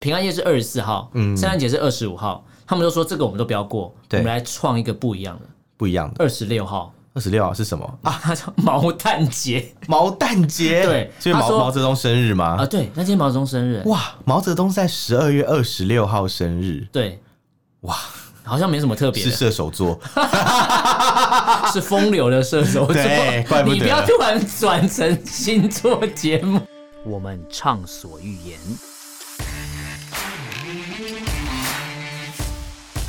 平安夜是二十四号，嗯，圣诞节是二十五号，他们都说这个我们都不要过，我对们来创一个不一样的不一样的。二十六号二十六号是什么？啊，它叫 毛蛋节毛蛋节。对所以毛他说毛泽东生日吗？啊，对，那今天毛泽东生日，哇，毛泽东在十二月二十六号生日，对，哇，好像没什么特别是的，射手座。 是风流的射手座，对怪不得你不要突然转成星座节目。我们畅所欲言，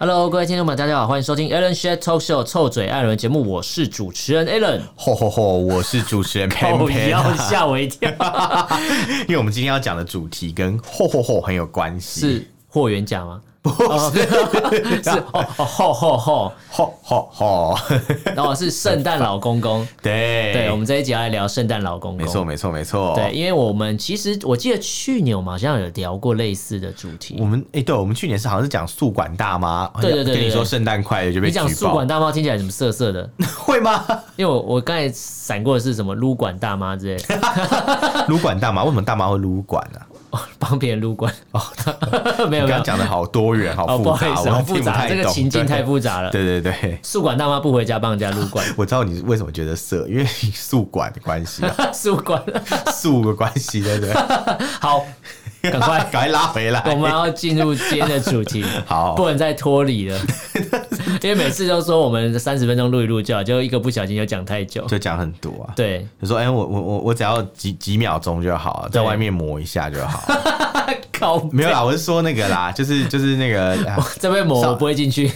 Hello，各位听众们，大家好，欢迎收听 Alan s h a t Talk Show 臭嘴艾伦节目，我是主持人 Alan。吼吼吼！我是主 持人潘哦，潘要吓我一跳，因为我们今天要讲的主题跟吼吼吼很有关 系。是霍元甲吗？不是， 是哦哦吼吼吼，吼吼吼！ 然后是圣诞老公 公。对对，我们这一集要来聊圣诞老公公。没错，没错没错。对，，因为我们其实我记得去年我们好像有聊过类似的主题我。们哎、对我们去年是好像是讲宿管大妈，对对对对跟你说圣诞快乐就被你举讲报，宿管大妈听起来怎么涩涩的？ 会吗？ 因为我我刚才闪过的是什么撸管大妈之类 的，撸管大妈为什么大妈会撸管啊？帮别人撸管。哦， 没有没有你刚刚，讲的好多元，好哦，复不好杂，意思，我好听复不杂，太这个懂情境太复杂了。 对对对对，宿管大妈不回家帮人家撸管， 我知道你为什么觉得色，因为你宿管的关 系、啊，宿管。宿的关系，对不对？好，赶快 赶快拉回来。我们要进入今天的主题，哎 好不能再脱离 了，因为每次都说我们三十分钟录一录就好，就一个不小心就讲太久。就讲很多啊，对，就说哎、我我我我只要几几秒钟就好了，在外面磨一下就好 了。靠，没有啦，我是说那个啦，就是就是那个， 啊这边抹我不会进 去，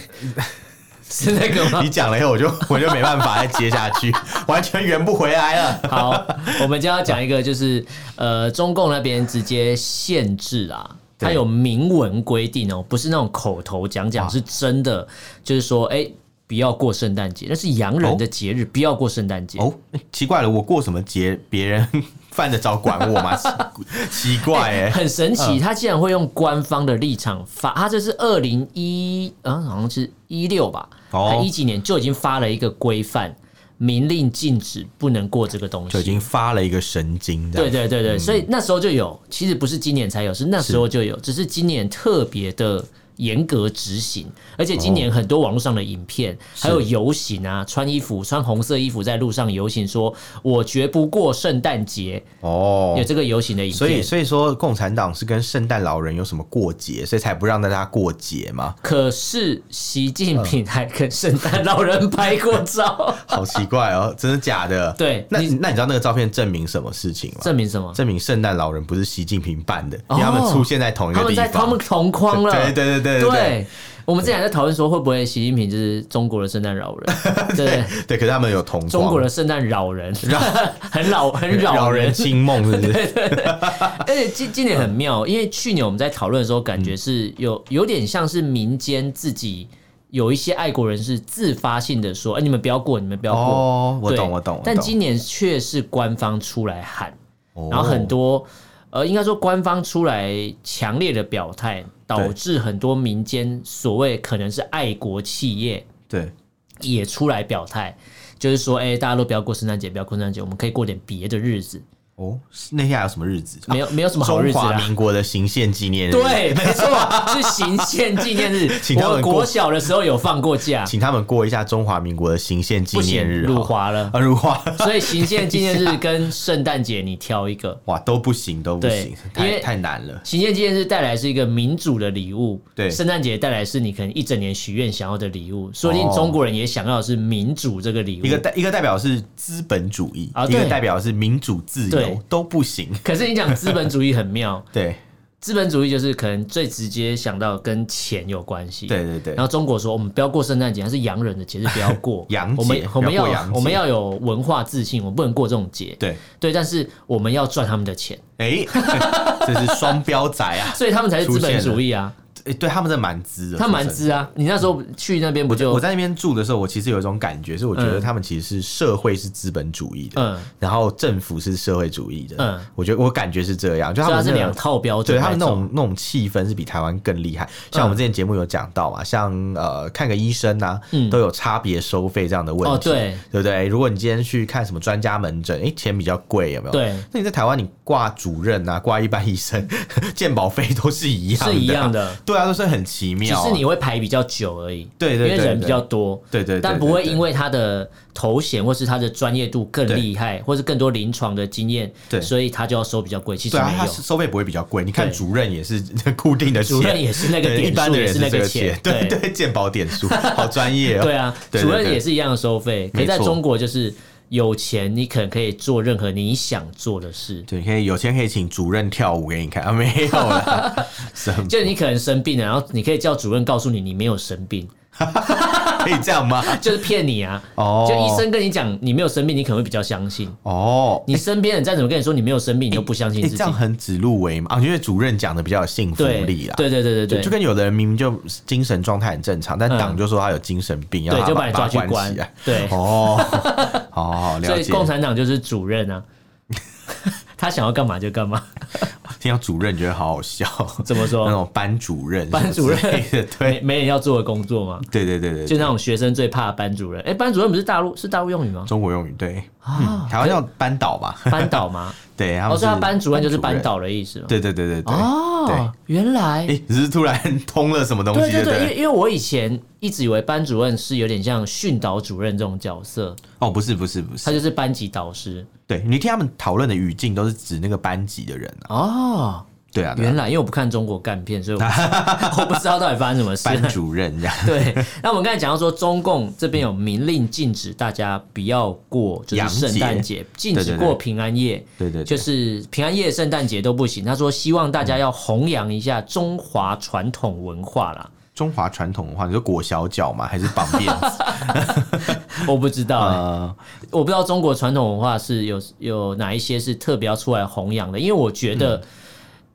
是那个吗你？讲了以后，我就我就没办法再接下去， 完全圆不回来了。好，我们就要讲一个，就是呃，中共那边直接限制啊。它对啊有明文规定哦，不是那种口头讲讲，是真的，就是说，哎、不要过圣诞节，那是洋人的节日，不要过圣诞节。哦，奇怪了，我过什么节，别人犯得着管我吗？奇奇怪哎、很神奇，他竟然会用官方的立场发，他这是二零一啊，好像是一六吧，哦还一几年就已经发了一个规范，明令禁止不能过这个东 就已西。经发了一个神经这对样，嗯对对对，所以那时候就有，其实不是今年才有，是那时候就有，只是今年特别的。严格执行，而且今年很多网络上的影哦片，还有游行啊，穿衣服穿红色衣服在路上游行说我绝不过圣诞节”，哦有，这个游行的影片。所以，所以说，共产党是跟圣诞老人有什么过节，所以才不让大家过 节嘛？可是习近嗯平还跟圣诞老人拍过 照，好奇怪哦，真的假的？对那你那你知道那个照片证明什么事情吗？证明什么？证明圣诞老人不是习近平办的，哦因为他们出现在同一他个们地在方。他们同框了。对对对对对对我们之前还在讨论说，会不会习近平就是中国的圣诞老 人？对不对，对，可是他们有同框中国的圣诞扰 人， 很扰很扰老人人。清梦 是不是？而且今今年很嗯妙，因为去年我们在讨论的时候，感觉是有有点像是民间自己有一些爱国人士自发性的说：“哎，你们不要过，你们不要过。”哦，我对懂我懂我懂。但今年却是官方出来喊，哦然后很多呃，应该说官方出来强烈的表态，导致很多民间所谓可能是爱国企业对也出来表态，就是说，哎、大家都不要过圣诞节，不要过圣诞节，我们可以过点别的日子，哦，那天还有什么日子？没有没有什么好啊中日子华啦。民国的行宪纪念日。，对，没错，是行宪纪念日 请。他我们过国小的时候有放过假，请他们过一下中华民国的行宪纪不念行，日好了。辱华了。 啊，辱华。所以行宪纪念 日跟圣诞节，你挑一个。哇，都不行，都不行对，因太为太难了。行宪纪念日带来是一个民主的礼物，对圣诞节带来是你可能一整年许愿想要的礼物，说不定哦中国人也想要的是民主这个礼物。一个代一个代表是资本主义，啊一个对代表是民主自对由，都不行。可是你讲资本主义很妙，对资本主义就是可能最直接想到跟钱有关系。。对对对然，后中国说，我们不要过圣诞节，它是洋人的节日，不要过 洋节我们我们不要要过洋节我们要有文化自信，我们不能过这种节。对，对，但是我们要赚他们的钱， 哎，这是双标仔啊！所以他们才是资本主义啊。诶对他们真的蛮滋的，他蛮说真的滋啊！你那时候去那边不就我在那边住的时候，我其实有一种感觉，是我觉得他们其实是社会是资本主义的，嗯然后政府是社会主义的，嗯我觉得我感觉是这样，就他所以它们是那种两套标准对来走，他们那种那种气氛是比台湾更厉害。嗯像我们之前节目有讲到嘛，像呃看个医生呐、都有差别收费这样的问题，嗯哦对对不对？如果你今天去看什么专家门诊，诶，钱比较贵，有没有？对那你在台湾你挂主任啊，挂一般医生， 健保费都是一样的啊、是一样的对啊，都是很奇只妙、啊。是你会排比较久而已，对对对因为人对比较多，对对对但对不会对因为他的头衔或是他的专业度更对厉害，或是更多临床的经验，对所以他就要收比较贵，其实对啊没，他有。收费不会比较贵。你看对主任也是 固定的钱，主任也是那个 对点一般数的也人是那这个个钱对对对，鉴宝点 数，好专业哦。对啊，对主对任对也是一样的收费。可是没在错中国就是有钱，你可能可以做任何你想做的事。对，可以有钱可以请主任跳舞给你 看啊，没有啦，什么就你可能生病了，然后你可以叫主任告诉你你没有生病，可以这样 吗？就是骗你啊！哦就医生跟你讲你没有生病，你可能会比较相信。哦，你身边人再怎么跟你说你没有生病，你都不相信诶自己。这样很指鹿为马啊，因为主任讲的比较有信服对力啦。对对对对啊就就对，跟有的人明明就精神状态很正常，但嗯党就说他有精神病，要对，他就把你抓去他关关起来。。对，哦， 好好好，所了以解。共产党就是主任啊， 他想要干嘛就干嘛。听到主任觉得好好笑，怎么说那种班主任、班主任什么之类的没对没人要做的工作嘛，对对对对，就对那种学生最怕的班主任。哎，班主任不是大陆是大陆用语 吗？中国用语对，嗯啊，台湾叫班导吧？班导吗？对，他哦，们是所以他班主任就是班任，导的意思嘛。对对对对对。哦，原来。哎，只是突然通了什么东对西，对不对，因为因为我以前一直以为班主任是有点像训导主任这种角色，哦，不是不是不他是，就是班级导师对你听他们讨论的语境都是指那个班级的人啊，哦。对 啊，对啊原来因为我不看中国干片，所以我不知道我不知道到底发生什么事。 班主任 这样。对，那我们刚才讲到说，中共这边有明令禁止大家不要过就是洋节圣诞节，禁对止对对过平安夜，对对对就是平安夜、圣诞节都不行。他说希望大家要弘扬一下中华传统文化啦。中华传统文化，你说裹小脚吗？还是绑辫 子？我不知道、欸呃，我不知道中国传统文化是有有哪一些是特别要出来弘扬的，因为我觉得，嗯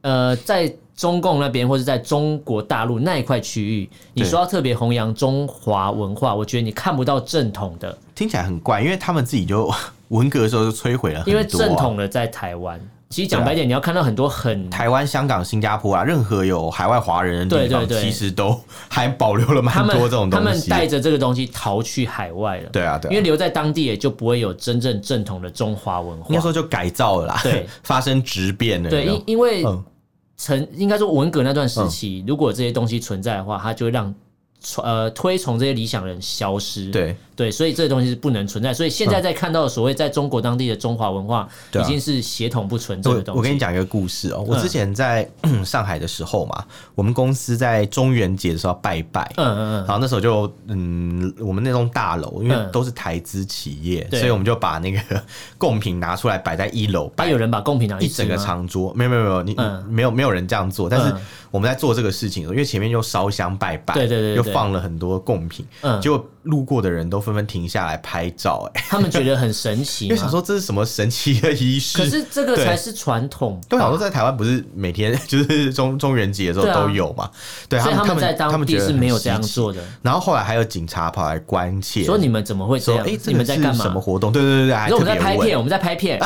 呃，在中共那边或者在中国大陆那一块区域，你对说要特别弘扬中华文化，我觉得你看不到正统的，听起来很怪，因为他们自己就 文革的时候就摧毁了很多啊，啊因为正统的在台湾。其实讲白一点，你要看到很多很台湾、香港、新加坡啊，任何有海外华人的地方，对对对其实都还保留了蛮他们多这种他东们西。带着这个东西逃去海外了，对啊，对因为啊。留在当地也就不会有真正正统的中华文应该化。说就改造了啦，对， 发生质变了。对，有没因有因为嗯曾应该说文革那段时期，如果这些东西存在的话，它就会让传呃推崇这些理想的人消失。对嗯对，所以这些东西是不能存在。所以现在在看到的所谓在中国当地的中华文化，对已啊经是协同不存在的我东西。嗯我跟你，讲一个故事哦、我之前在 上海的时候嘛，我们公司在中元节的时候要拜拜，嗯嗯嗯，然后那时候就嗯，我们那栋大楼因为嗯都是台资企业，对所以我们就把那个 贡品拿出来摆在一楼还摆有人把贡品拿去一吃整个吗长桌，没有没有没有，你、嗯没有没有人这样做，但是嗯我们在做这个事情的时候，因为前面又烧香拜拜，对对对对又放了很多贡品，嗯结果路过的人都纷纷停下来拍照、哎，他们觉得很神奇啊 因为想嘛。说这是什么神奇的仪式，可是这个对才是传统吧，对，啊我说在台湾不是每天 就是中中元节的时候对啊都有嘛？对，所以他们们在他当们地觉得是很没有这样稀奇。做的。然后后来还有警察跑来关切，说你们怎么会这说样？哎，你们在干这个是什么嘛？活动？对对对对，还你说我特们在别拍片， 问，我们在拍片，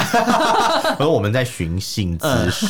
然后我们在寻衅滋嗯事，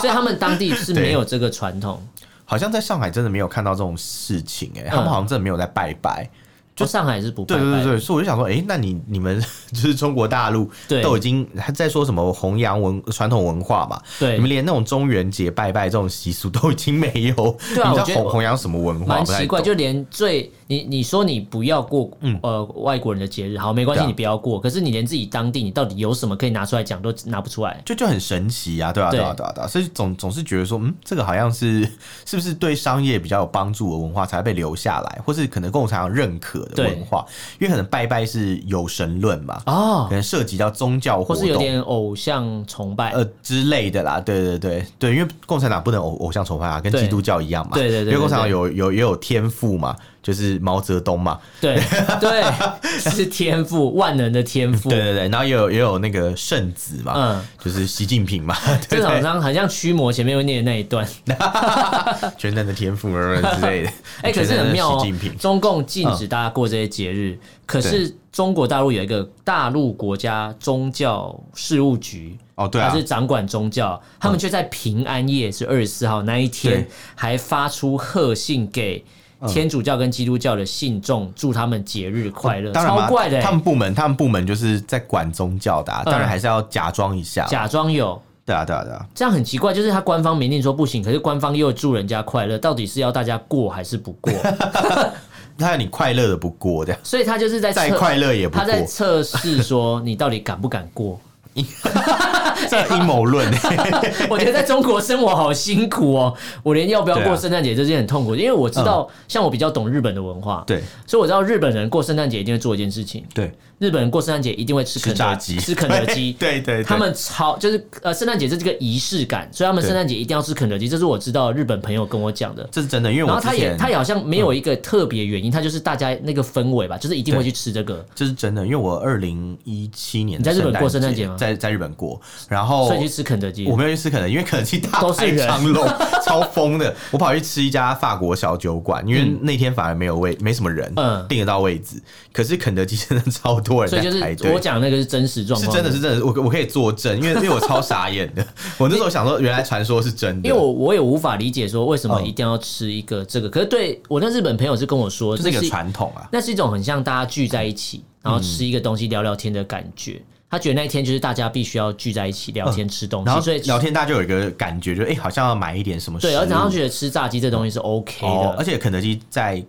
所以他们当地是对没有这个传统。好像在上海真的没有看到这种事情，哎，他们嗯好像真的没有在拜拜。就哦上海是不拜对拜的对对对，所以我就想说，哎，那你你们 就是中国大陆对都已经还在说什么弘扬文传统文化嘛？对你们连那种中元节拜拜这种习俗都已经没有，对啊你我们觉在得弘弘扬什么文化？蛮我不太奇怪，懂嗯就连最你你说你不要过、呃外国人的节日，好没关系，对啊你不要过。可是你连自己当地你到底有什么可以拿出来讲都拿不出来。就就很神奇啊，对啊，对对啊，对啊，对啊，所以总总是觉得说，嗯，这个好像是 是不是对商业比较有帮助的文化才会被留下来，或是可能共产党认可的文化，因为可能拜拜是有神论嘛，哦可，能涉及到宗教活或是有动。点偶像崇拜，呃之类的啦，对对对对，因为共产党不能偶偶像崇拜啊，跟对基督教一样嘛，对对对对因为共产党有有也有天赋嘛，就是毛泽东嘛，对 对，是天赋，万能的天赋。对对对，然后也有也有那个圣子嘛，嗯就是习近平 嘛，这对不好对？像很像驱魔前面会念的那一 段，全能的天赋啊之类的， 哎、可全是能很的妙习哦近平。，嗯中共禁止大家过这些节日，可是中国大陆有一个大陆国家宗教事务局。哦对啊嗯它是掌管宗教，他们却在平安夜是二十四号那一天对，嗯还发出贺信给天主教跟基督教的信众，祝他们节日快乐，哦当然嘛超怪的欸、他们部门，他们部门就是在管宗教的、啊，当嗯然还是要假装一下。假装有，对啊，对啊，对啊，这样很奇怪，就是他官方明令说不行，可是官方又祝人家快乐，到底是要大家过还是不 过？他要你快乐的不过这样，所以 他就是在再测快乐也不他在过，测试说你到底敢不敢过。 这阴谋论。我觉得在中国生活好辛苦哦，我连要不要对过啊嗯圣诞节这件很痛苦，因为我知道，像我比较懂日本的文化，，对所以我知道日本人过圣诞节一定会做一件事情，对，日本人过圣诞节一定会吃肯德炸鸡，吃肯德基， 对对对，对他们超就是呃，圣诞节是这个仪式感，所以他们对圣诞节一定要吃肯德基，这是我知道日本朋友跟我讲的。这是真的，因为然我后之他也前他也好像没有一个特别原因，他就是大家那个氛围吧，就是一定会去吃这个，这是真的，因为我二零一七年你在日本过圣诞诞节吗在在日本过，然后所以去吃肯德基哦我。没有去吃肯德基，因为肯德基大都是排人长 龙，超疯的。我跑去吃一家法国小酒馆，因为那天反而没有位，没什么人，嗯订得到位置。可是肯德基真的超多所以就人在排是我队。讲那个是真实状是况，真的是真的，我我可以作证，因为因为我超傻眼的。我那时候想说，原来传说是真的，因为我我也无法理解说为什么嗯一定要吃一个这个，可是对我那日本朋友是跟我说，就是一那个传统啊。那是一种很像大家聚在一起，然后吃一个东西聊聊天的感觉。他觉得那一天就是大家必须要聚在一起聊天吃东嗯然西，后所以聊天大家就有一个感觉，就哎、诶好像要买一点什么食物。对，而且他觉得吃炸鸡这东西是 OK 哦，的，而且肯德基在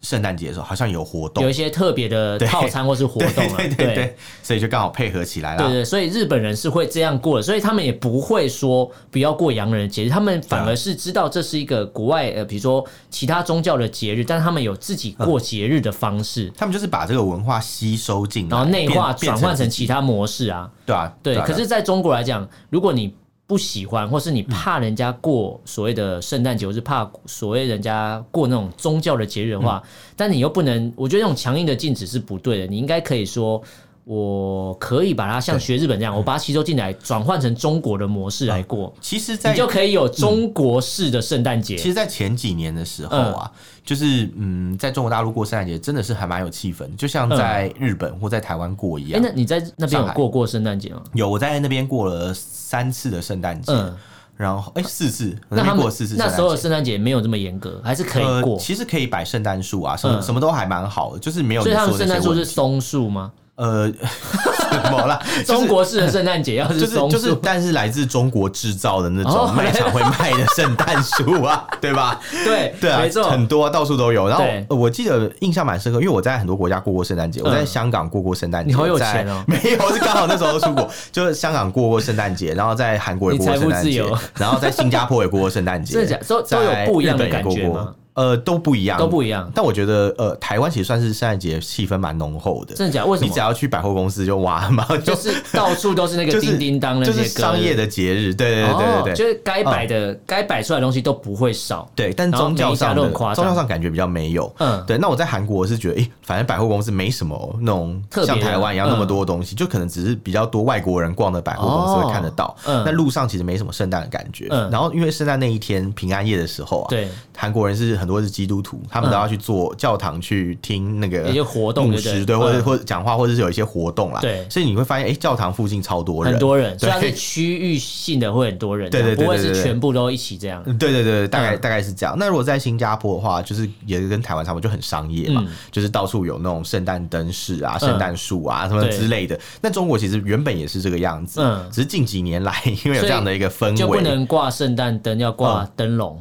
圣诞节的时候好像有活动有一，些特别的套餐或是活动啊， 对对对，所以就刚好配合起来对啦。对，所以日本人是会这样过的，所以他们也不会说不要过洋人的节日，他们反啊而是知道这是一个国外呃，比如说其他宗教的节日，但他们有自己过节日的方式，他们就是把这个文化吸收进来，然后内化转变换成变自己其他模式啊。对啊，对，啊可是在中国来讲，如果你不喜欢，或是你怕人家过所谓的圣诞节，或是怕所谓人家过那种宗教的节日的话，嗯但你又不能，我觉得那种强硬的禁止是不对的。你应该可以说，我可以把它像学日本这样，我把它吸收进来，转换成中国的模式来过，其实嗯在你就可以有中国式的圣诞节其。实，在前几年的时候啊，就是嗯，在中国大陆过圣诞节真的是还蛮有气氛，就像在日本或在台湾过一哎、样。嗯那你在那边有上海过过圣诞节吗？有我在那边过了三次的圣诞节，嗯，然后哎四次，我那那他们边过了四次圣那诞时候的节。圣诞节没有这么严格，还是可以呃过，。其实可以摆圣诞树啊，什么嗯什么都还蛮好的，就是没有所你以他们说的圣那诞些树问是题。松树吗？呃， 什么啦？就是中国式的圣 诞节要就是是松就是树，，但是来自中国制造的那哦种卖场会卖的圣诞树 啊，对吧？对对啊没，错，很多啊到处都有。然后对嗯呃我记得印象蛮深刻，因为我在很多国家过过圣诞节，我在香港过过圣诞节，你好有在钱哦 没有，是刚好那时候出国，就是香港过过圣诞节，然后在韩国也过过圣诞你财富节自由，然后在新加坡也过过 圣诞节，真的假的都都有在不一样的日本也感觉过过吗？呃，都不一样，都不一样，但我觉得，呃，台湾其实算是圣诞节气氛蛮浓厚的。真的假的？为什你只么？要去百货公司就哇，马上就就是到处都是那个就是叮叮当那些就歌，是商业的节日，对对对对嗯哦对就是该摆的、该摆出来的东西都不会少。对，但然后宗教上每一家都的很夸宗张教上感觉比较没有。嗯，对，那我在韩国是觉得，诶、反正百货公司没什么那种特别像的台湾一样嗯那么多东西，就可能只是比较多外国人逛的百货公司会看得到。哦嗯那路上其实没什么圣诞的感觉。嗯然后因为圣诞那一天平安夜的时候啊，对，韩国人是很多是基督徒，他们嗯都要去做教堂去听那个一些活动牧对不对师对，或者嗯或者讲话，或者是有一些活动啦。对所以你会发现，哎，教堂附近超多人，很多人，虽然是对。区域性的会很多人，啊对对对对不会是对对嗯全部都一起这样。对对对，大概、嗯大概是这样。那如果在新加坡的话，就是也跟台湾差不多，就很商业嘛，嗯就是到处有那种圣诞灯饰啊、嗯圣诞树啊、什么对之类的。那中国其实原本也是这个样子，嗯只是近几年来因为有这样的一个氛围，就不能挂圣诞灯，要挂灯笼，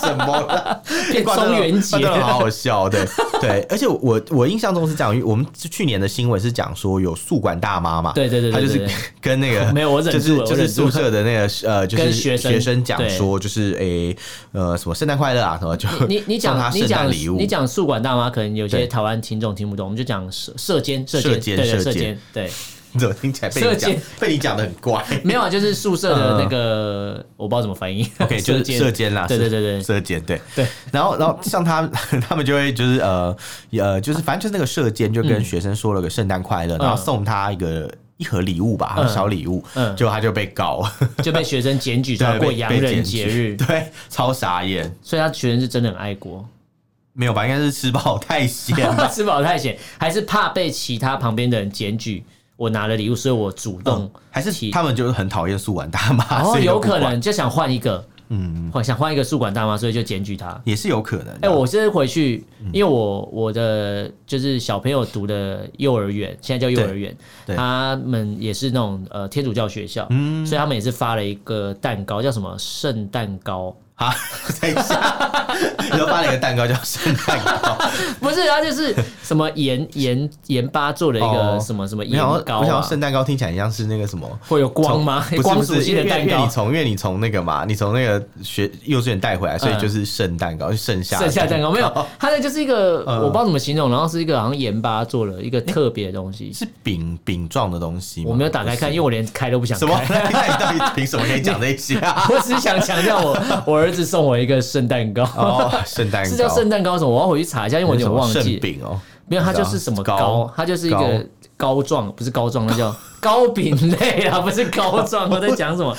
什 么啦变中哎元节真。的好好笑，对对，而且我我印象中是这样，因为我们去年的新闻是讲说有宿管大妈嘛， 对对对对她就是对对跟 那 个没有我忍就是住了就我是忍住宿了舍的那个呃，就跟是学生讲对说就是诶呃什么圣诞快乐啊什么就你你送她讲你圣诞讲礼物你讲宿管大妈，可能有些对台湾听众听不懂，我们就讲射射箭射射箭，箭对对射射箭箭，对怎么听起来被你射讲箭被你讲的很怪 没有啊，就是宿舍的那个，我不知道怎么翻译。嗯 ？OK，就是间射箭啦，对对对 对，射箭，对对。然后，然后像他 他们就会就是呃呃，就是反正就是那个射箭就嗯跟学生说了个圣诞快乐，然后送他一个一盒礼物吧，嗯小礼物，嗯结果他就被告，就被学生检 举说他过被洋被人检节举日， 对，超傻眼，所以他学生是真的很爱国，？没有吧？应该是吃饱太咸吧吃饱太闲，还是怕被其他旁边的人检举。我拿了礼物，所以我主动嗯，还是提他们就是很讨厌素碗大妈，哦，所以都有不可管能就想换一个，嗯，想换一个宿管大妈，所以就检举他。也是有可能哎、的。我这次回去，嗯因为我我的就是小朋友读的幼儿园，现在叫幼儿园，对对嗯他们也是那种呃天主教学校，所以他们也是发了一个蛋糕，叫什么圣蛋糕， 啊， 等一下， 你就发了一个蛋糕叫圣蛋 糕，不是，它就是什么盐盐盐巴做的一个哦什么什么没盐有，我糕、想要啊，圣蛋糕听起来很像是那个什么。会有光吗从？不是光不属是，性因的为蛋因为糕你，从因为你从那个嘛，你从那个学幼稚园带回来，所以嗯就是剩蛋糕，就剩下的哦剩下蛋糕没有，它那就是一个、嗯我不知道怎么形容，然后是一个好像盐巴做了一个特别的东西。是饼饼状的东西吗。我没有打开看，因为我连开都不想什么开。？那你到底凭什么可 以讲这些 啊？我只是想强调我我儿子送我一个圣诞糕，哦，圣蛋 糕是叫圣诞糕什么？我要回去查一下，因为我有点忘圣记。饼哦，没有，它就是什么糕糕，它就是一个膏状，不是膏状，那 叫糕饼类啊，不是膏状。我在讲什么？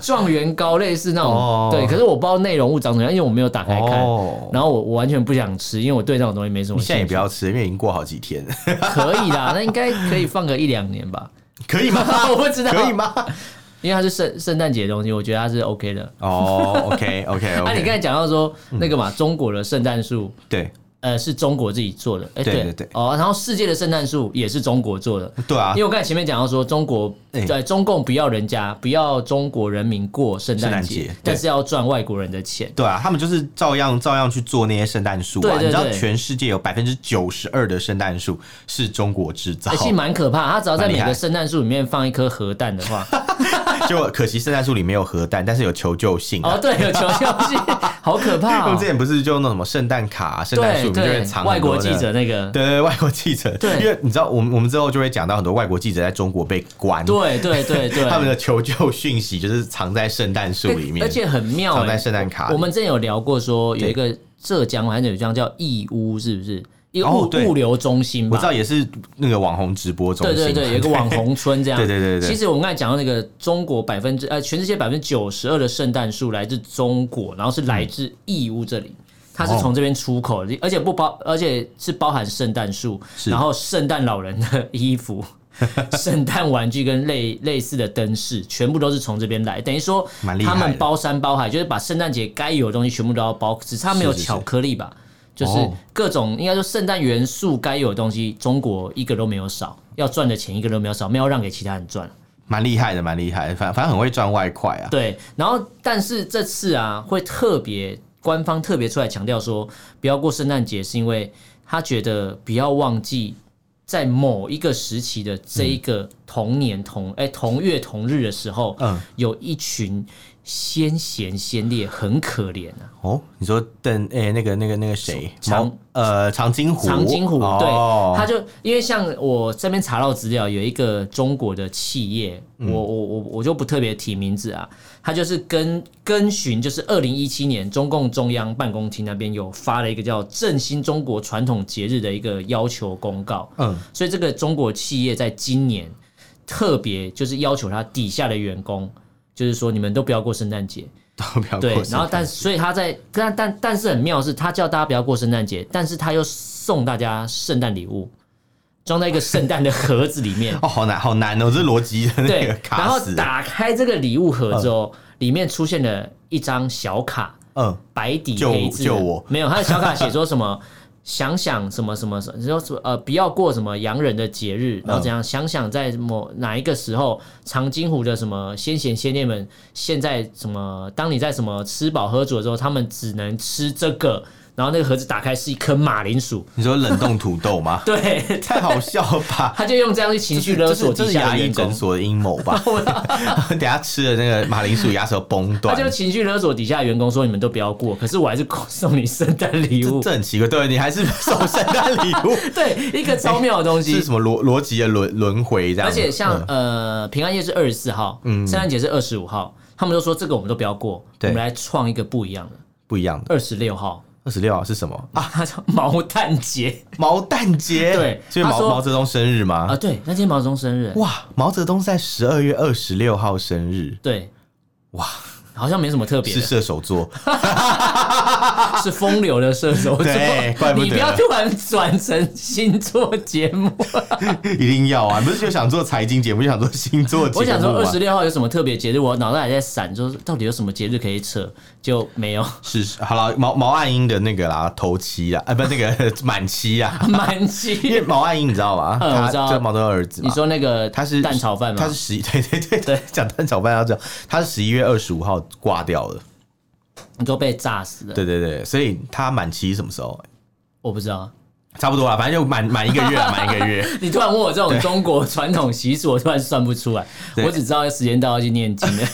状元糕类似那种哦，对。可是我不知道内容物长什么样，因为我没有打开看哦。然后我我完全不想吃，因为我对那种东西没什么你现在兴也不趣。要吃，因为已经过好几天，了，可以啦，那应该可以放个一两年 吧。可以吗？我不知道，可以？吗？因为它是圣圣诞节的东西，我觉得它是 OK 的。哦，OK OK 那 OK，啊嗯你刚才讲到说那个嘛，中国的圣诞树。对呃，是中国自己做的，哎、对对对对哦，然后世界的圣诞树也是中国做的，对啊因为，我刚才前面讲到说，中国哎对中共不要人家不要中国人民过圣圣诞诞节节，但是要赚外国人的钱，对啊，他们就是照样照样去做那些圣诞树啊。对对对你知道全世界有百分之九十二的圣诞树是中国制造哎，其实蛮可怕。他只要在蛮厉每害个圣诞树里面放一颗核弹的话， 就可惜圣诞树里没有核弹，但是有求救信、啊。哦，对，有求救信，好可我怕、哦们之。前不是就那种什么圣诞卡啊、圣诞对树，我们就会对，藏外很国多的记者那个，对对对，外国记者，对因为你知道，我们我们之后就会讲到很多外国记者在中国被关，对对对对， 他们的求救讯息就是藏在圣诞树里面，而且很妙、藏哎在圣诞卡里。我们之前有聊过说有对一个浙江还是有一江叫义乌，是不是？一个物、哦对物流中心我吧知。道也是那个网红直播中对心，对对，有一个网红村这样。对对对对对其实我们刚才讲到那个中国百分之呃，全世界百分之九十二的圣诞树来自中国，然后是来自义乌这里。它哦是从这边出口的，而且不包，而且是包含圣诞树，是然后圣诞老人的衣 服、圣诞玩具跟类类似的灯饰，全部都是从这边来。等于说，蛮厉害他的们包山包海，就是把圣诞节该有的东西全部都要包，只差没有是是是巧克力吧。就是哦各种应该说圣诞元素该有的东西，中国一个都没有少，要赚的钱一个都没有少，没有让给其他人赚。 蛮厉害的，蛮厉害的，反反正很会赚外快啊。对，然后但是这次啊，会特别官方特别出来强调说，不要过圣诞节，是因为他觉得不要忘记。在某一个时期的这一个同年同哎、同月同日的时候，嗯有一群先贤先烈很可怜啊，哦，你说邓诶、那个那个那个谁，长毛呃长津湖，长津湖，哦对，他就因为像我这边查到资料，有一个中国的企业，嗯我我我我就不特别提名字啊，他就是跟跟循，就是二零一七年中共中央办公厅那边有发了一个叫“振兴中国传统节日”的一个要求公告，嗯，所以这个中国企业在今年特别就是要求他底下的员工，就是说你们都不要过圣诞节，都不要对过，然后圣诞但所以他在但但但是很妙的是，他叫大家不要过圣诞节，但是他又送大家圣诞礼物，装在一个圣诞的盒子里面 。哦，好难好难哦，这逻辑那个对，然卡后死，打开这个礼物盒之后，里面出现了一张小卡，嗯，白底救黑字的。救我没有，他的小卡写说什么？ 想想什么什么什么，说什么呃，不要过什么洋人的节日，然后怎样？嗯想想在某哪一个时候，长津湖的什么先贤先烈们，现在什么？当你在什么吃饱喝足的时候，他们只能吃这个，然后那个盒子打开是一颗马铃薯，？你说冷冻土豆 吗对， 太好笑了吧！他就用这 样去情绪勒这是索这底是下牙的医员诊工，所的阴谋 吧？ 等下吃了那个马铃薯，牙齿要崩 他断。就情绪勒索底下的员工说你们都不要过，可是我还是 送你圣诞礼物这。很奇怪，对你还是 送圣诞礼物，对，一 个超妙的东西是。什么逻逻辑的轮轮回这样而子？且像嗯、呃，平安夜是二十四号，圣诞节是二十五号，他们都说这个我们都不要过，我对们来创一个不一样的不一样的二十六号二十六是什么？啊，它叫 毛蛋节毛蛋节， 对所以他毛说毛泽东生日吗？啊，对，那天毛泽东生日，哇，毛泽东在十二月二十六号生日，对，哇，好像没什么特别是的，射手座， 是风流的射手座，对怪不得你不要突然转成星座节 目，一定要啊！不是就想做财经节目，就想做星座节目啊我想说吗二十六号有什么特别节日，我脑袋还在闪，就是到底有什么节日可以扯，就没 有是好了，毛毛岸英的那个啦，头期啊，啊不，那个 满期啊，满因为期。毛岸英你知道吗？嗯我他知道这毛泽东的儿子嘛，你说那嗯个他是蛋炒饭吗？他是十一，对对对对，讲蛋炒饭要这样，他是十一月二十五号挂掉了，你都被炸死了。对对对，所以他满期什么时候？我不知道，差不多啦，反正就满满一个 月啊，满一个月。 你突然问我这种中国传统习俗，我突然算不出来。对我只知道时间到要去念 经了。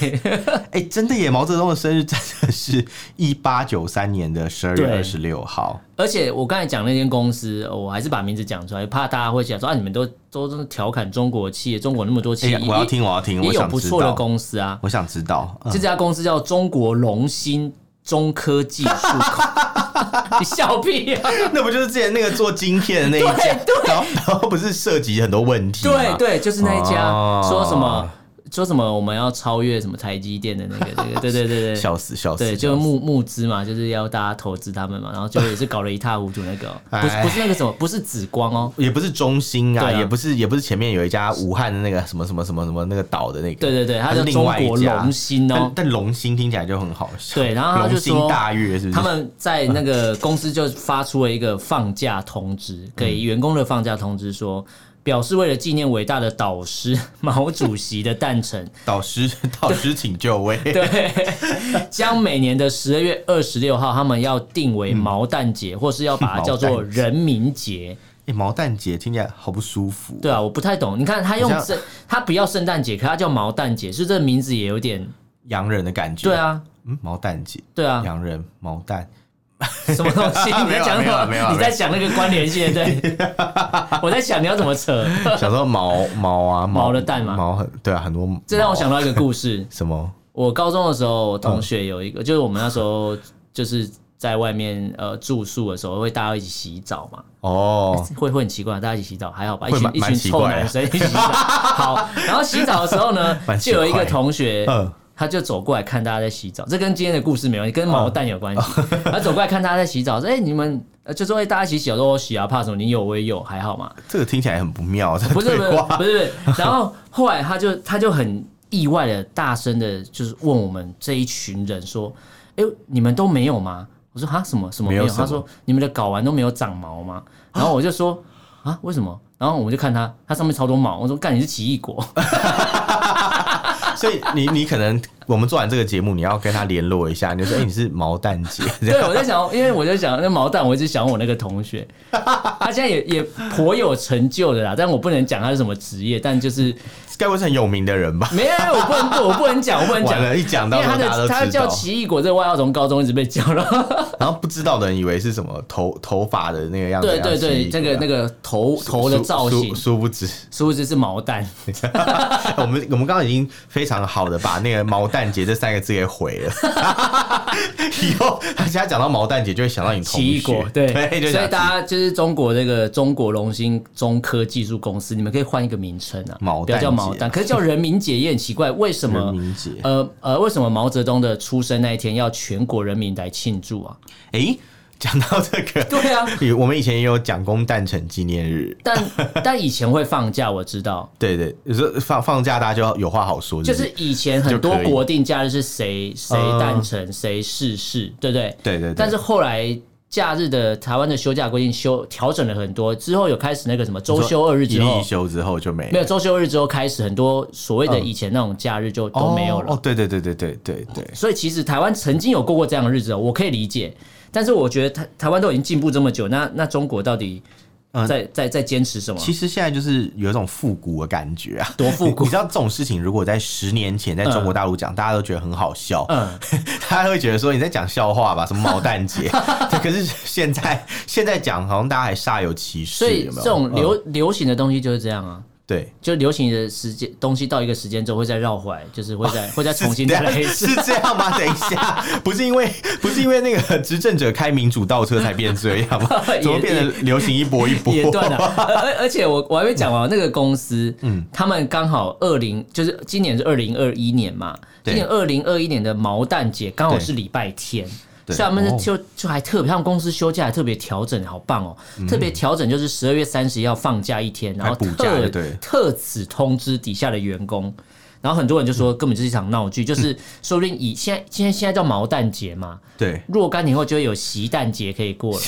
哎、真的耶！毛泽东的生日真的是一八九三年的十二月对二十六号。而且我刚才讲那间公司，哦我还是把名字讲出来，怕大家会想说啊，你们都都都调侃中国企业，中国那么多企哎、业，我要也听，我要听，也我有想不知错的道，公司啊。我想知 道。嗯这家公司叫中国龙芯中科技术 控，你笑屁啊！那不就是之前那个做晶片的那一家？然后然后不是涉及很多问题吗？对对，就是那一家，哦说什么说什么我们要超越什么台积电的那个，那个，对对对对，笑死笑死。对，就是笑死募募资嘛，就是要大家投资他们嘛，然后就也是搞得一塌糊涂那个哦、不是 哎不是那个什么，不是紫光 哦，也不是中兴啊，对啊也不是也不是前面有一家武汉的那个什么什么什么什么那个岛的那个。对对对，它它叫是另中外一国家龙芯哦但。但龙兴听起来就很好笑。对然后他就龙兴说大悦是不是？他们在那个公司就发出了一个放假通知，嗯给员工的放假通知说，表示为了纪念伟大的导师 毛主席的诞 辰，导 师导师请就位。对，将每年的十二月二十六号，他们要定为毛蛋节，或是要把它叫做嗯毛蛋节人民节。哎，毛蛋姐听起来好不舒服。对啊，我不太懂。你看他用好像这，他不要圣诞节，可他叫毛蛋节，是这名字也有点洋人的感觉。对，啊，嗯，毛蛋姐，对啊，洋人毛蛋，什么东西？你 没在有啊讲没有啊什没有啊么？你在想那个关联性？ 对，我在想你要怎么扯。小时 候毛毛啊毛的蛋吗毛很对啊，很多毛。这让我想到一个故事。什么？我高中的时候，我同学有一个，就是我们那时候就是在外面呃住宿的时候，会大家一起洗澡嘛，哦， 会会很奇怪，大家一起洗澡还好吧？一会群蛮一蛮群奇臭怪的男生一起洗澡。好，然后洗澡的时候呢， 蛮就奇有一个怪同学，嗯，他就走过来看大家在洗澡，这跟今天的故事没关系，跟哦毛蛋有关系。 他走过来看大家在洗澡，说：“哎、你们呃就说哎、大家一起洗，我说我洗啊，怕什么？你有我也有，还好嘛。这个听起来很不妙，这”不个是不 对是话不是，不是然后后来他就他就很意外的大声的，就是问我们这一群人说：“哎、你们都没有吗？”我说：“哈什么什么没没有有？”什他么说：“你们的睾丸都没有长毛吗？”然后我就说：“啊，为什么？”然后我们就看他，他上面超多毛。我说：“干，你是奇异果。”所以你你可能我们做完这个节目，你要跟他联络一下，你就 说哎，你是毛蛋姐， 这对，样我在想，因为我在想那毛蛋，我一直想我那个同学， 他现在也也颇有成就的啦，但我不能讲他是什么职业，但就是该不会是很有名的人吧？没有，我不能，我不能讲，我不能讲完。了，一讲因到为时他候大家的都他知叫道，奇异果这个外号从高中一直被叫了，然后不知道的人以为是什么头头发的那个样子，对对对，这这个那个头头的造型殊，殊不知殊不知是毛蛋， 我们我们刚刚已经非常好的把那个毛蛋节这三个字给毁了， 以后大家讲到毛蛋节就会想到你同奇异学，果，对， 就所以想大家就是中国这个中国龙兴中科技术公司，你们可以换一个名称啊，毛蛋不要叫节毛蛋，可是叫人民节也很奇怪，为什么人？民节，呃呃，为什么毛泽东的出生那一天要全国人民来庆祝啊？哎、讲到这个，对啊，我们以前也有蒋公诞辰纪念日，但 但以前会放假，我知道，对对，有时候放放假大家就有话好说，就不是以前很多就可以嗯国定假日是谁谁诞辰谁逝世，对不对？对对对，但是后来。假日的台湾的休假规定修调整了很多，之后有开始那个什么周休二日之一例后一，休之后就没没有周休二日之后开始很多所谓嗯的以前那种假日就都没有了。哦，哦对对对对对对对。所以其实台湾曾经有过过这样的日子哦，我可以理解。但是我觉得台台湾都已经进步这么久，那那中国到底嗯在、在在坚持什么？其实现在就是有一种复古的感觉啊。多复古你知道这种事情，如果在十年前在中国大陆讲，大家都觉得很好笑，嗯， 大家会觉得说你在讲笑话吧，什么毛蛋 节。对可是现在现在讲，好像大家还煞有其事，所以有没这有种流、嗯流行的东西就是这样啊。对。就流行的时间东西到一个时间之后会再绕回来，就是会再、会再 重新再来一次是。是这样吗？等一下，不是因为不是因为那个执政者开民主倒车才变这样吗 也？怎么变得流行一波一波？也 断了，而而而且我我还没讲完，那个公司，嗯，他们刚好二零就是今年是二零二一年嘛，对今年二零二一年的毛蛋节刚好是礼拜天，所对以他们哦就就还特别，他们公司休假还特别调整，好棒哦，特别调整就是十二月三十要放假一天，然后嗯还补假特就对特此通知底下的员工。然后很多人就说，嗯根本就是一场闹剧，就是说不定以现在现在现在叫毛蛋节嘛， 对，若干年后就会有习蛋节可以过 了。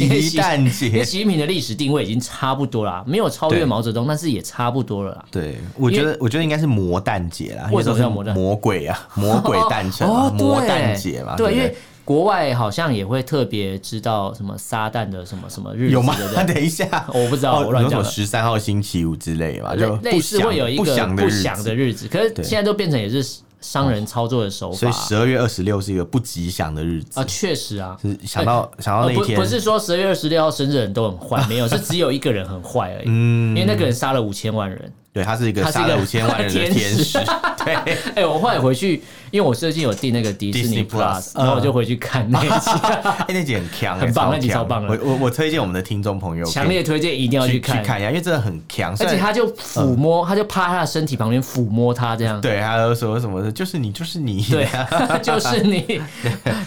因为鸡蛋因为节。习近平的历史定位已经差不多啊啦，没有超越毛泽东，但是也差不多了啦。对，我觉得我觉得应该是魔蛋节啦，为什么因叫魔都蛋是魔鬼啊，魔鬼诞辰啊，魔蛋节嘛，哦对，不因为国外好像也会特别知道什么撒旦的什么什么日子，有吗对不？对哦等一下，哦我不知道，我乱讲的。十三号星期五之类吧， 就类类不似会有一个想不不祥的日子。日子，可是对哦现在都变成也是商人操作的手法所以十二月二十六是一个不吉祥的日子啊，，确实啊。是想到想到呃那一不天不是说十二月二十六号生日的人都很坏，没有，是只有一个人很坏 而已，因为那嗯个人杀了五千万人。对，他是一个他是一杀个了五千万人的天天使使，对，哎、我后来回去，因为我最近有订那个迪士尼 Disney Plus，嗯然后我就回去看那一集， 哎，那集很强，很棒哎那集超强棒的我我我推荐我们的听众朋友可以强烈推荐一定要去看。看一下，因为真的很强，而虽且然他就抚摸，他就趴他的身体旁边抚摸他，这样对，还有说什么的，就是你，就是你，对，啊就是你，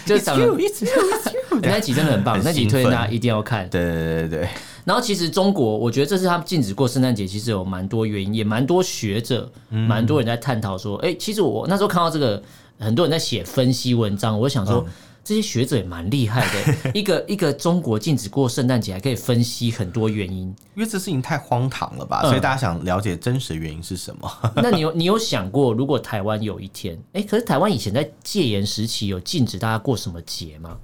就长得 It's you, it's you, it's you 那集真的很棒，很那集兴推荐奋大家一定要看。对 对对对然后其实中国，我觉得这次他们禁止过圣诞节，其实有蛮多原因，也蛮多学者、嗯蛮多人在探讨说，哎、其实我那时候看到这个，很多人在写分析文章，我就想说。嗯这些学者也蛮厉害 的，一个一个中国禁止过圣诞节，还可以分析很多原因。因为这事情太荒唐了吧，嗯所以大家想了解真实的原因是什么？那你有你有想过，如果台湾有一天，哎、可是台湾以前在戒严时期有禁止大家过什么节吗？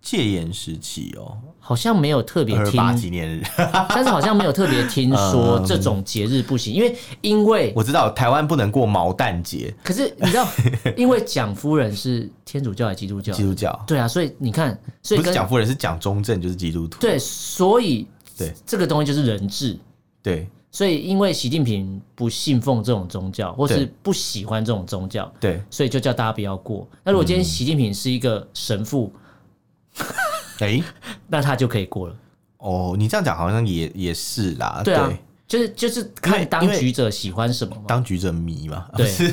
戒严时期哦，好像没有特别二听，八纪念日，但是好像没有特别 听说这种节日不行，因为因为我知道台湾不能过毛蛋节，可是你知道，因为蒋夫人是天主教还是基督教基？督教对啊，所以你看，所以不跟是蒋夫人，是蒋中正，就是基督徒。对，所以对这个东西就是人治。对所以因为习近平不信奉这种宗教，或是对不喜欢这种宗教，对，所以就叫大家不要过。那如果嗯今天习近平是一个神父，哎、那他就可以过了。哦，你这样讲好像也也是啦，对啊，就是就是看当局者喜欢什么嘛，当局者迷嘛， 对不是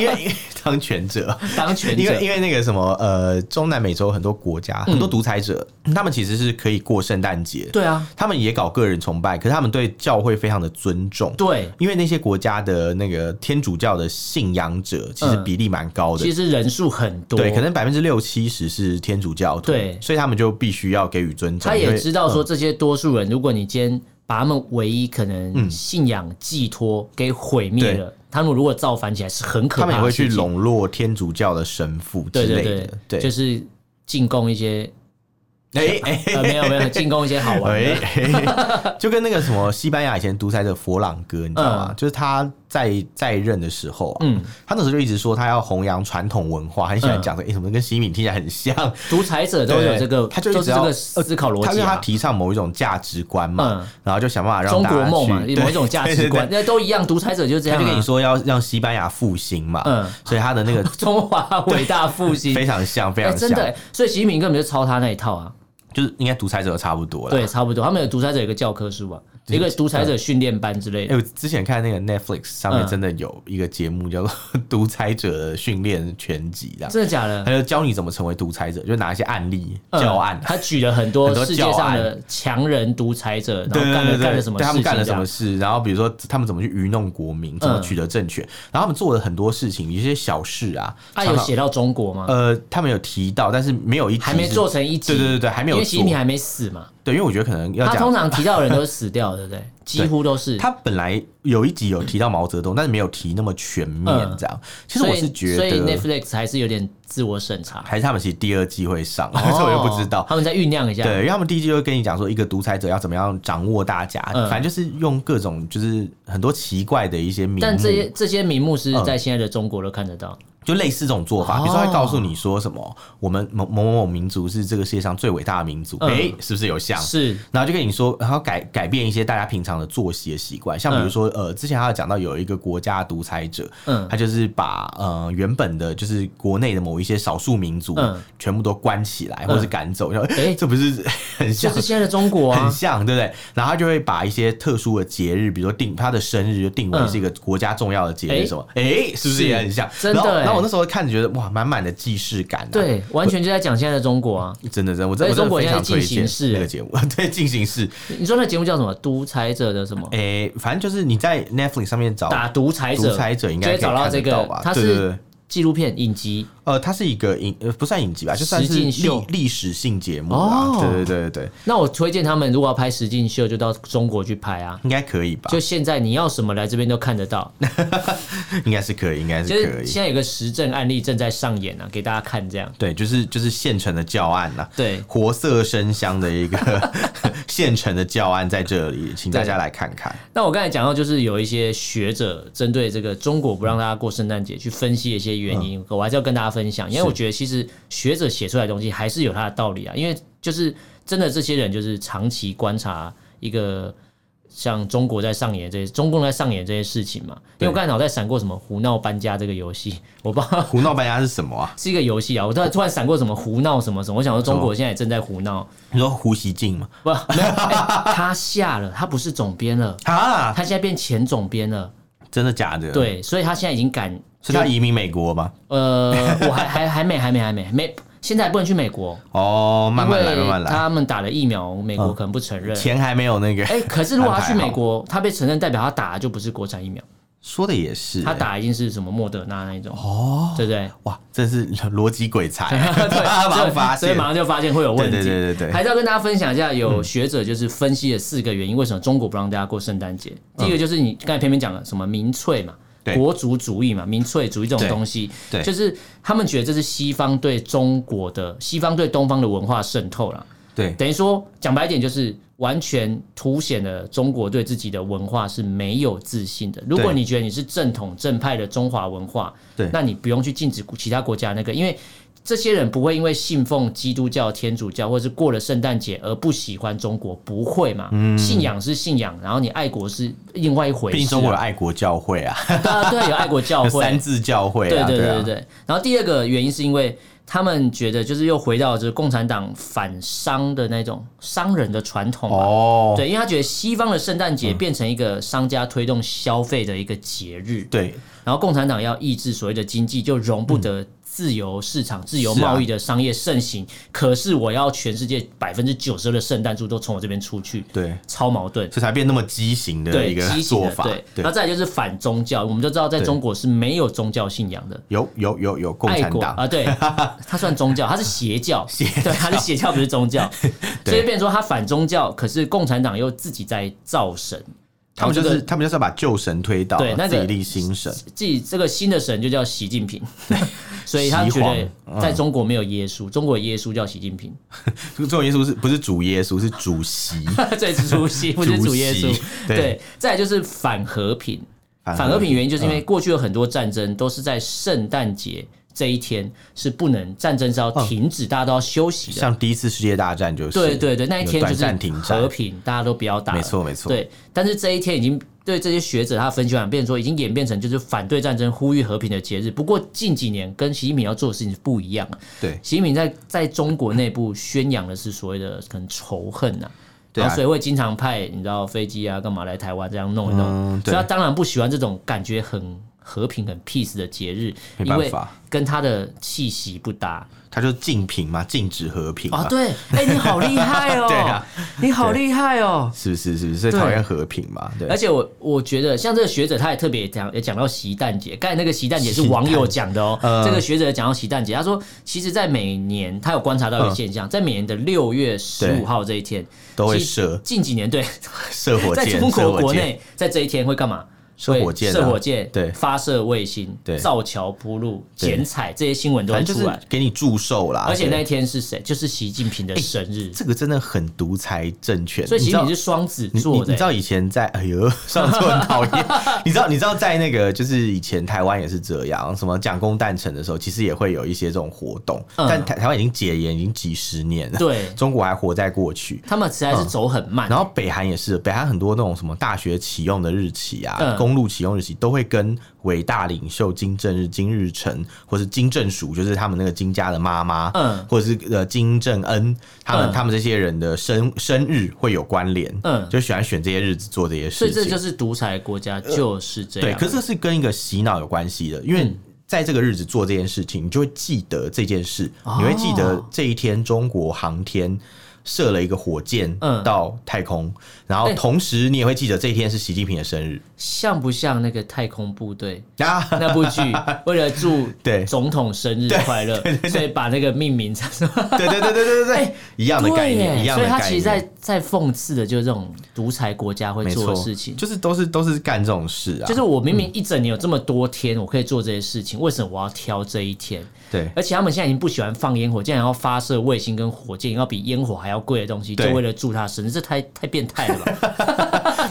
因为因为当权者， 当权 因为者嗯因为那个什么呃，中南美洲很多国家、很多独裁者，他们其实是可以过圣诞节，对啊，他们也搞个人崇拜，可是他们对教会非常的尊重。对，因为那些国家的那个天主教的信仰者其嗯实比例蛮高的，其实人数很多，对，可能百分之六七十是天主教徒，对所以他们就必须要给予尊重。他因也为嗯知道说这些多数人，如果你今天把他们唯一可嗯能信仰寄托给毁灭了，他们如果造反起来是很可他们也怕的会事去情。笼络天主教的神父对之类对的对，，对，就是进攻一些 哎哎呃没有没有进攻一些好玩的，哎， 就跟那个什么西班牙以前独裁者佛朗哥，你知道吗？嗯就是他在在任的时候啊，嗯他那时候就一直说他要弘扬传统文化，很喜欢讲说，哎、什么跟习近平听起来很像， 独裁者都有这个，哎对他就一都直是这要呃个思考 逻他因辑为他啊。提倡某一种价值观嘛，嗯然后就想办法让中大国家梦嘛，去对某一种价值观，对对对那都一样。独裁者就是这他样就跟你啊。说要让西班牙复兴嘛，嗯所以他的那个中华伟大复兴，非常像，非哎，常像，真的，所以习近平根本就抄他那一套啊。就是应该独裁者差不多了。对，差不多。他们有独裁者有一个教科书啊，一个独裁者训练班之类的哎、。我之前看那个 Netflix 上面嗯真的有一个节目叫做 《独裁者的训练全集》这样，真的假的他？就教你怎么成为独裁者，就拿一些案例嗯教案。啊他举了很多很多世界上教的强人独裁者，然对后对干对了对，干了什么事对他情，们干了这什样嗯么事？然后比如说他们怎么去愚弄国民，怎么取得政权，然后他们做了很多事情，有一些小事啊，他常有常呃写到中国吗？呃，他们有提到，但是没有一集还没是做成一集，对对对对，还没有为习近平做还没死嘛，对，因为我觉得可能要他通讲，常提到的人都是死掉， 对不对？几乎都是。他本来有一集有提到毛泽东，但是没有提那么全面嗯这样。其实所我以是觉所以得， Netflix 还是有点自我审查，还是他们其实第二季会上， 但是我又不知哦道。他们再酝酿一下。对，因为他们第一季就会跟你讲说，一个独裁者要怎么样掌握大家，嗯反正就是用各种就是很多奇怪的一些名目，但这些这些名目是嗯在现在的中国都看得到，就类似这种做法，哦比如说会告诉你说什么，我们某某某某民族是这个世界上最伟大的民族，嗯诶，是不是有像？是然后就跟你说，然后改改变一些大家平常的作息的习惯，像比如说，呃，之前还有讲到有一个国家独裁者，嗯他就是把呃原本的就是国内的某一些少数民族嗯全部都关起来，或者是赶走，然后诶这不是很就像是现在的中国很啊，像，对不对？然后他就会把一些特殊的节日，比如说定他的生日，就定为是一个国家重要的节日，诶什么？哎、是不是是也很像？真的然后，诶然后我那时候看着觉得哇，满满的既视感、啊。对，完全就在讲现在的中国啊。真的，真的真的，我所真以我真中的国非现常在推进行荐式那个节目， 对，进行式。你说那节目叫什么？独裁者的什么？哎、反正就是你在 Netflix 上面找打独裁者，独裁者应该就可会找以到看这得个到吧，？它对对对是纪录片影集，呃，它是一个影呃不算影集吧，就算是实境历秀历史性节目啦。哦对对对对对，那我推荐他们如果要拍实境秀，就到中国去拍啊。应该可以吧？就现在你要什么来这边都看得到，应该是可以，应该就是可是以。现在有个实证案例正在上演啊，给大家看这样。对，就是就是现成的教案啦。对，活色生香的一个 现成的教案在这里，请大家来看看。那我刚才讲到，就是有一些学者针对这个中国不让大家过圣诞节去分析一些原因，我还是要跟大家分享，因为我觉得其实学者写出来的东西还是有它的道理啊，因为就是真的这些人就是长期观察一个。像中国在上演这些，中共在上演这些事情嘛？因为我刚才脑袋闪过什么“胡闹搬家”这个游戏，我不知道 胡闹搬家是什么啊？是一个游戏啊，我突然突然闪过什么胡闹什么什么，我想说中国现在也正在胡 闹，你说胡锡进吗？不，没有、哎他下了，他不是总编了，啊，他现在变前总编了，真的假的？，对，所以他现在已经敢，是他移民美国吗？呃，我还 还还没还没还没没，现在还不能去美国，哦，慢慢来，因为慢慢来，他们打了疫苗，美国可能不承认。钱还没有那个。哎、可是如果他去安排好美国，他被承认，代表他打的就不是国产疫苗，说的也是，他打一定是什么莫德纳那一种，哦，对不对？哇，真是逻辑鬼 才， 所马以上发所以现马。上就发现会有问题。对对对对对嗯还是要跟大家分享一下，有学者就是分析了四个原因，为什么中国不让大家过圣诞节。第一个就是你刚才偏偏讲了什么民粹嘛嗯对。国族主义嘛，民粹主义这种对东西，对就是他们觉得这是西方对中国的、西方对东方的文化渗透了。对，等于说讲白一点，就是完全凸显了中国对自己的文化是没有自信的。如果对你觉得你是正统正派的中华文化，对那你不用去禁止其他国家那个，因为这些人不会因为信奉基督教、天主教，或者是过了圣诞节而不喜欢中国，不会嘛？嗯信仰是信仰，然后你爱国是另外一回事、啊。毕竟中国有爱国教会啊，对啊对啊有爱国教有会， 三字教会对啊，对啊对，对。然后第二个原因是因为他们觉得，就是又回到就是共产党反商的那种商人的传统吧。哦，对，因为他觉得西方的圣诞节变成一个商家推动消费的一个节日，对，然后共产党要抑制所谓的经济，就容不得自由市场、自由是啊贸易的商业盛行。可是我要全世界百分之九十的圣诞树都从我这边出去，对超矛盾。所以才变那么畸形的对一个畸形做的法。对，然后再来就是反宗教，我们都知道在中国是没有宗教信仰的，有有有有共爱产国党啊， 对，他算宗教，他是邪教，对，他是邪教，不是宗 教，所以变成说他反宗教，可是共产党又自己在造神，他们就然后这是个他们就是要把旧神推倒，啊对那自个己立新神。自己这个新的神就叫习近平，所以他习觉皇得在中国没有耶稣，中国耶稣叫习近平， 这个中国耶稣是不是主耶稣是主席？最主席不是 主耶主稣席，对对，再来就是反和平，嗯反反和平原因就是因为过去有很多战争都是在圣诞节。这一天是不能战争是要停止，大家都要休息的。像第一次世界大战就是对对对，那一有天就短暂是停战和平，大家都不要打了。没错没错对，但是这一天已经对这些学者他的分析完，变成说已经演变成就是反对战争、呼吁和平的节日。不过近几年跟习近平要做的事情是不一样的。啊对习近平在在中国内部宣扬的是所谓的可能仇恨呐、对然啊后所以会经常派你知道飞机啊干嘛来台湾这样弄一弄，嗯对所以他当然不喜欢这种感觉很和平、很 peace 的节日，没因办为法跟它的气息不搭他就禁品嘛，禁止和平啊、嘛，对， 哎、你好厉害哦、对啊你好厉害哦、是不是？是不是？所以对讨厌和平嘛，对而。且我我觉得，像这个学者他也特别讲，也讲到习诞节。刚才那个习诞节是网友讲的哦、嗯呃这个学者讲到习诞节，他说，其实，在每年他有观察到一个现象，在每年的六月十五号这一天，嗯都会其实射 近几年对，射火在箭，中射国火国箭内，在这一天会干嘛？射火箭啊会射火箭，对发射卫星，对造桥铺路、对剪彩，这些新闻都会反正就出来是。给你祝寿啦。而且那对哎一天是谁？就是习近平的生日，这个真的很独裁政权，所以习你知近道平是双子你你座的、你知道以前在哎呦，上次很讨厌。 你知道你知道在那个就是以前台湾也是这样，什么蒋公诞辰的时候，其实也会有一些这种活动，嗯但台台湾已经解严已经几十年了，对中国还活在过去。欸他们实在是走很慢。然后北韩也是，北韩很多那种什么大学启用的日期啊，嗯公路启用日期都会跟伟大领袖金正日、金日成，或是金正淑，就是他们那个金家的妈妈，嗯或者是呃金正恩，他们、嗯他们这些人的生生日会有关联，嗯就喜欢选这些日子做这些事所情，以这就是独裁国家就是这呃对。样。可是这是跟一个洗脑有关系的，因为。在这个日子做这件事情，你就会记得这件事，哦你会记得这一天中国航天射了一个火箭嗯到太空，然后哎同时你也会记得这一天是习近平的生日像不像那个太空部队啊。那 部剧？为了祝对总统生日快乐，所以把那个命名成对对对对对对对，一样的概对念，一耶，样所的以他概其实念。在在讽刺的就是这种独裁国家会没做错的事情。就是都是都是干这种事啊。就是我明明一整年有这么多天，我可以做这些事情，为什么我要挑这一天？对而且他们现在已经不喜欢放烟火，竟然要发射卫星跟火箭，要比烟火还要贵的东西，就对为了祝他生日，这太太变态了吧？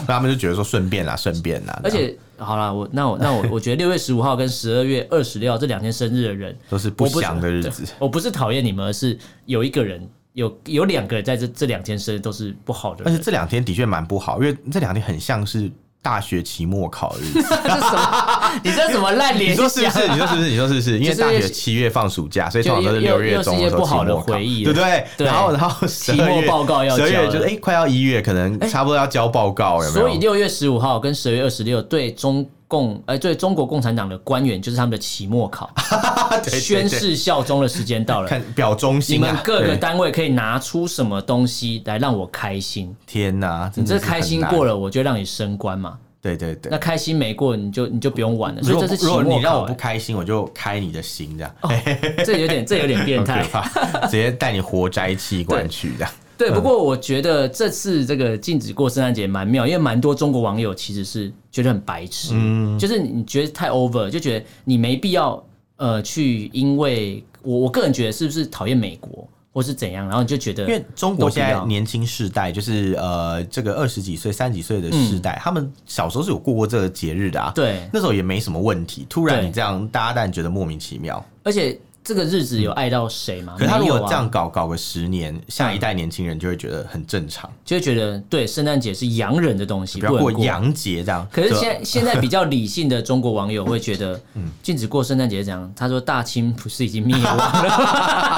他们就觉得说顺便啦，顺便啦，而且好啦，我那我那我我觉得六月十五号跟十二月二十六号这两天生日的人都是 不祥的日子。我不是讨厌你们，而是有一个人有有两个人在这这两天生日都是不好的而且人。这两天的确蛮不好，因为这两天很像是大学期末考的这日子。是什么？你这什么烂你联说想？是不是？你说是不是？你说是不 是？因为大学七月放暑假，所以通常都是就又六月中的时又是一些候不期好的末考，回忆对不对？对然后然 后期末报告要十交二月了就是哎，快要一月，可能差不多要交报告，有没有？ 所以六月十五号跟十二月二十六对中共呃对中国共产党的官员就是他们的期末考， 对对宣对誓效忠的时间 到了。看表忠你心们啊！各个对单位可以拿出什么东西来让我开心？天哪，你真这的是开心很难过，了，我就让你升官嘛。对对那对。开心没过，你就你就不用玩了。所以如果这是期如果末你让考、哎我不开心，我就开你的心，这样欸这有 点这有点变很态 可。怕，直接带你活摘器官去这样。对，不过我觉得这次这个禁止过圣诞节蛮妙，因为蛮多中国网友其实是觉得很白痴，嗯就是你觉得太 over，就觉得你没必要呃去，因为我我个人觉得是不是讨厌美国或是怎样，然后你就觉得因为中国现都在不要年轻世代，就是呃，这个二十几岁、三十几岁的世代，他们小时候是有过过这个节日的啊。嗯对那时候也没什么问题。突然对你这样，大家当然觉得莫名其妙。而且这个日子有爱到谁吗？可是他如没有果啊这样搞，搞个十年，下一代年轻人就会觉得很正常，就会觉得对圣诞节是洋人的东西，不要能过过洋节这样。可是对吧 现在现在比较理性的中国网友会觉得，禁止过圣诞节这样。他说大清不是已经灭亡 了？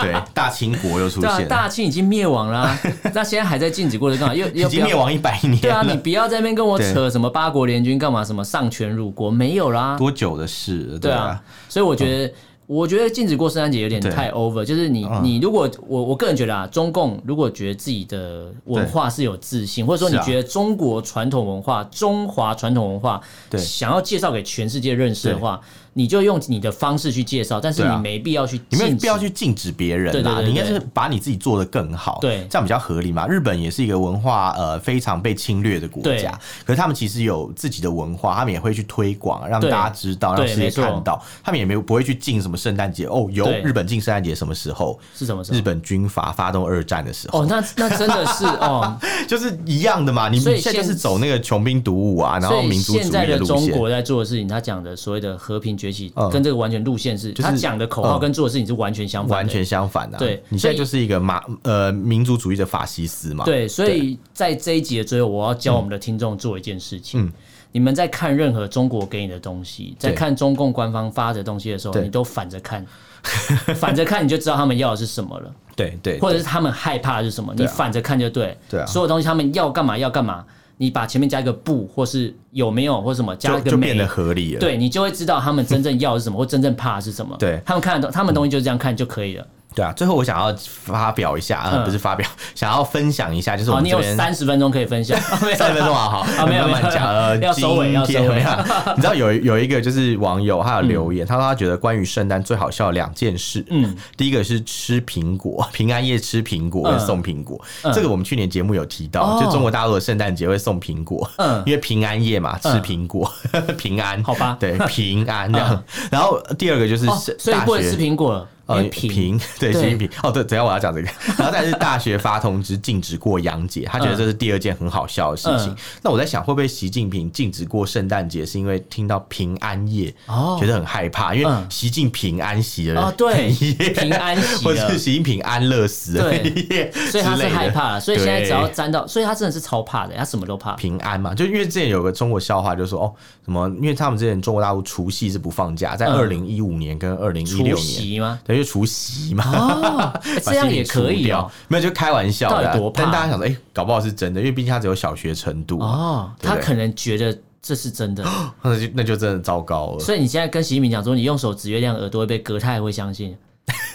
对大清国又出对啊，现，了，大清已经灭亡了 啊、那现在还在禁止过的干嘛？又已又不经灭要亡一百年对啊，你了，不要在那边跟我对扯什么八国联军干嘛？什么丧权辱国没有啦？多久的事了？对啊啊，，所以我觉得。我觉得禁止过圣诞节有点对嗯太 over，就是你、你如果我我个人觉得啊，中共如果觉得自己的文化是有自信，或者说是你啊觉得中国传统文化、中华传统文化对想要介绍给全世界认识的话，你就用你的方式去介绍，但是对啊你没必要去禁你止，没有必要去禁止别人对对啦，对你应该对是把你自己做得更好，对这样比较合理嘛。日本也是一个文化呃非常被侵略的国对家，可是他们其实有自己的文化，他们也会去推广，让对大家知道，对让世界没错看到。他们也没有不会去禁什么圣诞节哦，有对日本禁圣诞节什么时候？是什么时候日本军阀发动二战的时候，哦，那那真的是 哦，就是一样的嘛。你所以们现在就现是走那个穷兵黩武啊，然后所以民族主现义在的路中线。国在做的事情，他讲的所谓的和平崛起，嗯跟这个完全路线是，就是他讲的口号嗯跟做的事情是完全相反的。完全相反啊！对你所现在以就是一个马呃民族主义的法西斯嘛。对，所以在这一集的最后，我要教我们的听众做一件事嗯情。你们在看任何中国给你的东西，在看中共官方发的东西的时候，对你都反着看， 反着看你就知道他们要的是什么了，对对，或者是他们害怕的是什么，你对啊反着看就对。对啊所有东西他们要干嘛要干嘛，你把前面加一个不，或是有没有，或什么加就一个就没变，得合理了。对你就会知道他们真正要的是 什么，或真正怕的是什么。对嗯他们看得懂，他们东西就这样看就可以了。对啊，最后我想要发表一下，嗯呃 不是发表，想要分享一下，就是我好，们你这有边三十分钟可以分 享，没有三分钟啊，好， 啊没有慢慢讲。没有呃， 要收尾今要收天尾 没有你知道有有一个就是网友，他有留言，他说他觉得关于圣诞最好笑的两件事，嗯嗯，第一个是吃苹果， 平安夜吃苹果跟嗯送苹果，嗯这个我们去年节目有提到，哦就中国大陆的圣诞节会送苹果，嗯因为平安夜嘛，吃苹果， 平安，好吧嗯对，平安这样。然后第二个就是哦是所以大不能吃学苹果了，因呃为，苹平 对，对平平哦，对，等一下我要讲这个，然后再来是大学发通知禁止过洋节，他觉得这是第二件很好笑的事情。嗯那我在想，会不会习近平禁止过圣诞节，是因为听到平安夜，哦觉得很害怕，因为嗯习近平安息了哦，对夜，平安喜或者了是。习近平安乐死了对夜之类 的，所以他是害怕了，所以现在只要对沾到，所以他真的是超怕的，他什么都怕。平安嘛，就因为之前有个中国笑话，就说哦什么，因为他们之前中国大陆除夕是不放假，在嗯二零一五年跟二零一除六年。夕吗？等于除夕嘛，哦，哎把这样心也情除可以掉哦。没有就开玩笑的到啊底多，怕但大家想说，哎、搞不好是真的，因为毕竟他只有小学程度嘛，哦，对不他对哦可能觉得这是真的，那就那就真的糟糕了。所以你现在跟习近平讲说你用手指月亮耳朵会被割，他也会相信，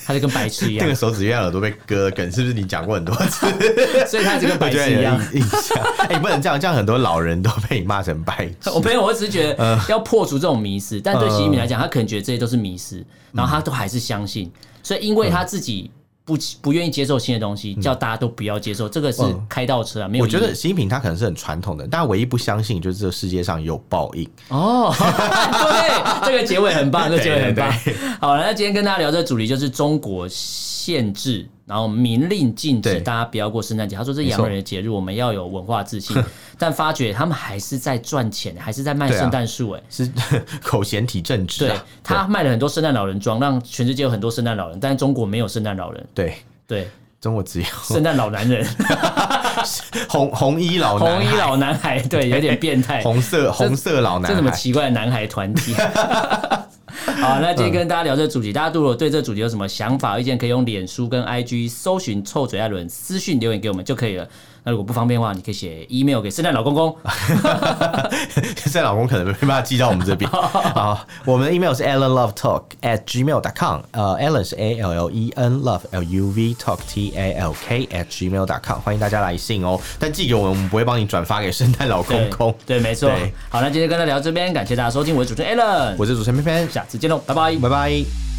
他就跟白痴一那样 个，手指月亮耳朵被割的梗，是不是你讲过很多次？所 以他就跟我白觉得痴 有一样。印印象。哎、不能这样，这样很多老人都被你骂成白痴。我没有，我只是觉嗯得要破除这种迷思，但对习近平来讲，他可能觉得这些都是迷思，然后他都还是相信，所以因为嗯他自己不不愿意接受新的东西，叫大家都不要接受，这个是嗯开倒车 啊，没有我意义。觉得习近平他可能是很传统的，但唯一不相信就是这个世界上有报应。哦， 对，这个结尾很棒，这个结尾很棒对。 好了，那今天跟大家聊这个主题就是中国限制，然后明令禁对止大家不要过圣诞节。他说这是洋人的节日，我们要有文化自 信，但发觉他们还是在赚钱，还是在卖对啊圣诞树，哎。是 口嫌体正直、对啊，他卖了很多圣诞老人装，让全世界有很多圣诞老人，但是中国没有圣诞老人。对 对对，中国只有圣诞老男人、红红衣老男 红孩衣老男孩，对，有点变态。红色红色老男这什么孩。奇怪的男孩团体？ 好，那今天跟大家聊这主题，大家如果对这主题有什么想法、意见，可以用脸书跟 IG 搜寻“臭嘴艾伦”，私讯留言给我们就可以了。那如果不方便的话，你可以写 email 给圣诞老公公。 现在老公可能没办法寄到我们 这边。好，我们的 email 是 allenlovetalk at gmail.com，呃，allen 是 a l l e n love l u v talk t a l k at gmail.com，欢迎大家来信哦。但寄给我们，我们不会帮你转发给圣诞老公对公。对，没错对。好，那今天跟大家聊这边，感谢大家收听，我是主持人 Alan，我是主持人偏下次见喽，拜拜。偏，拜拜。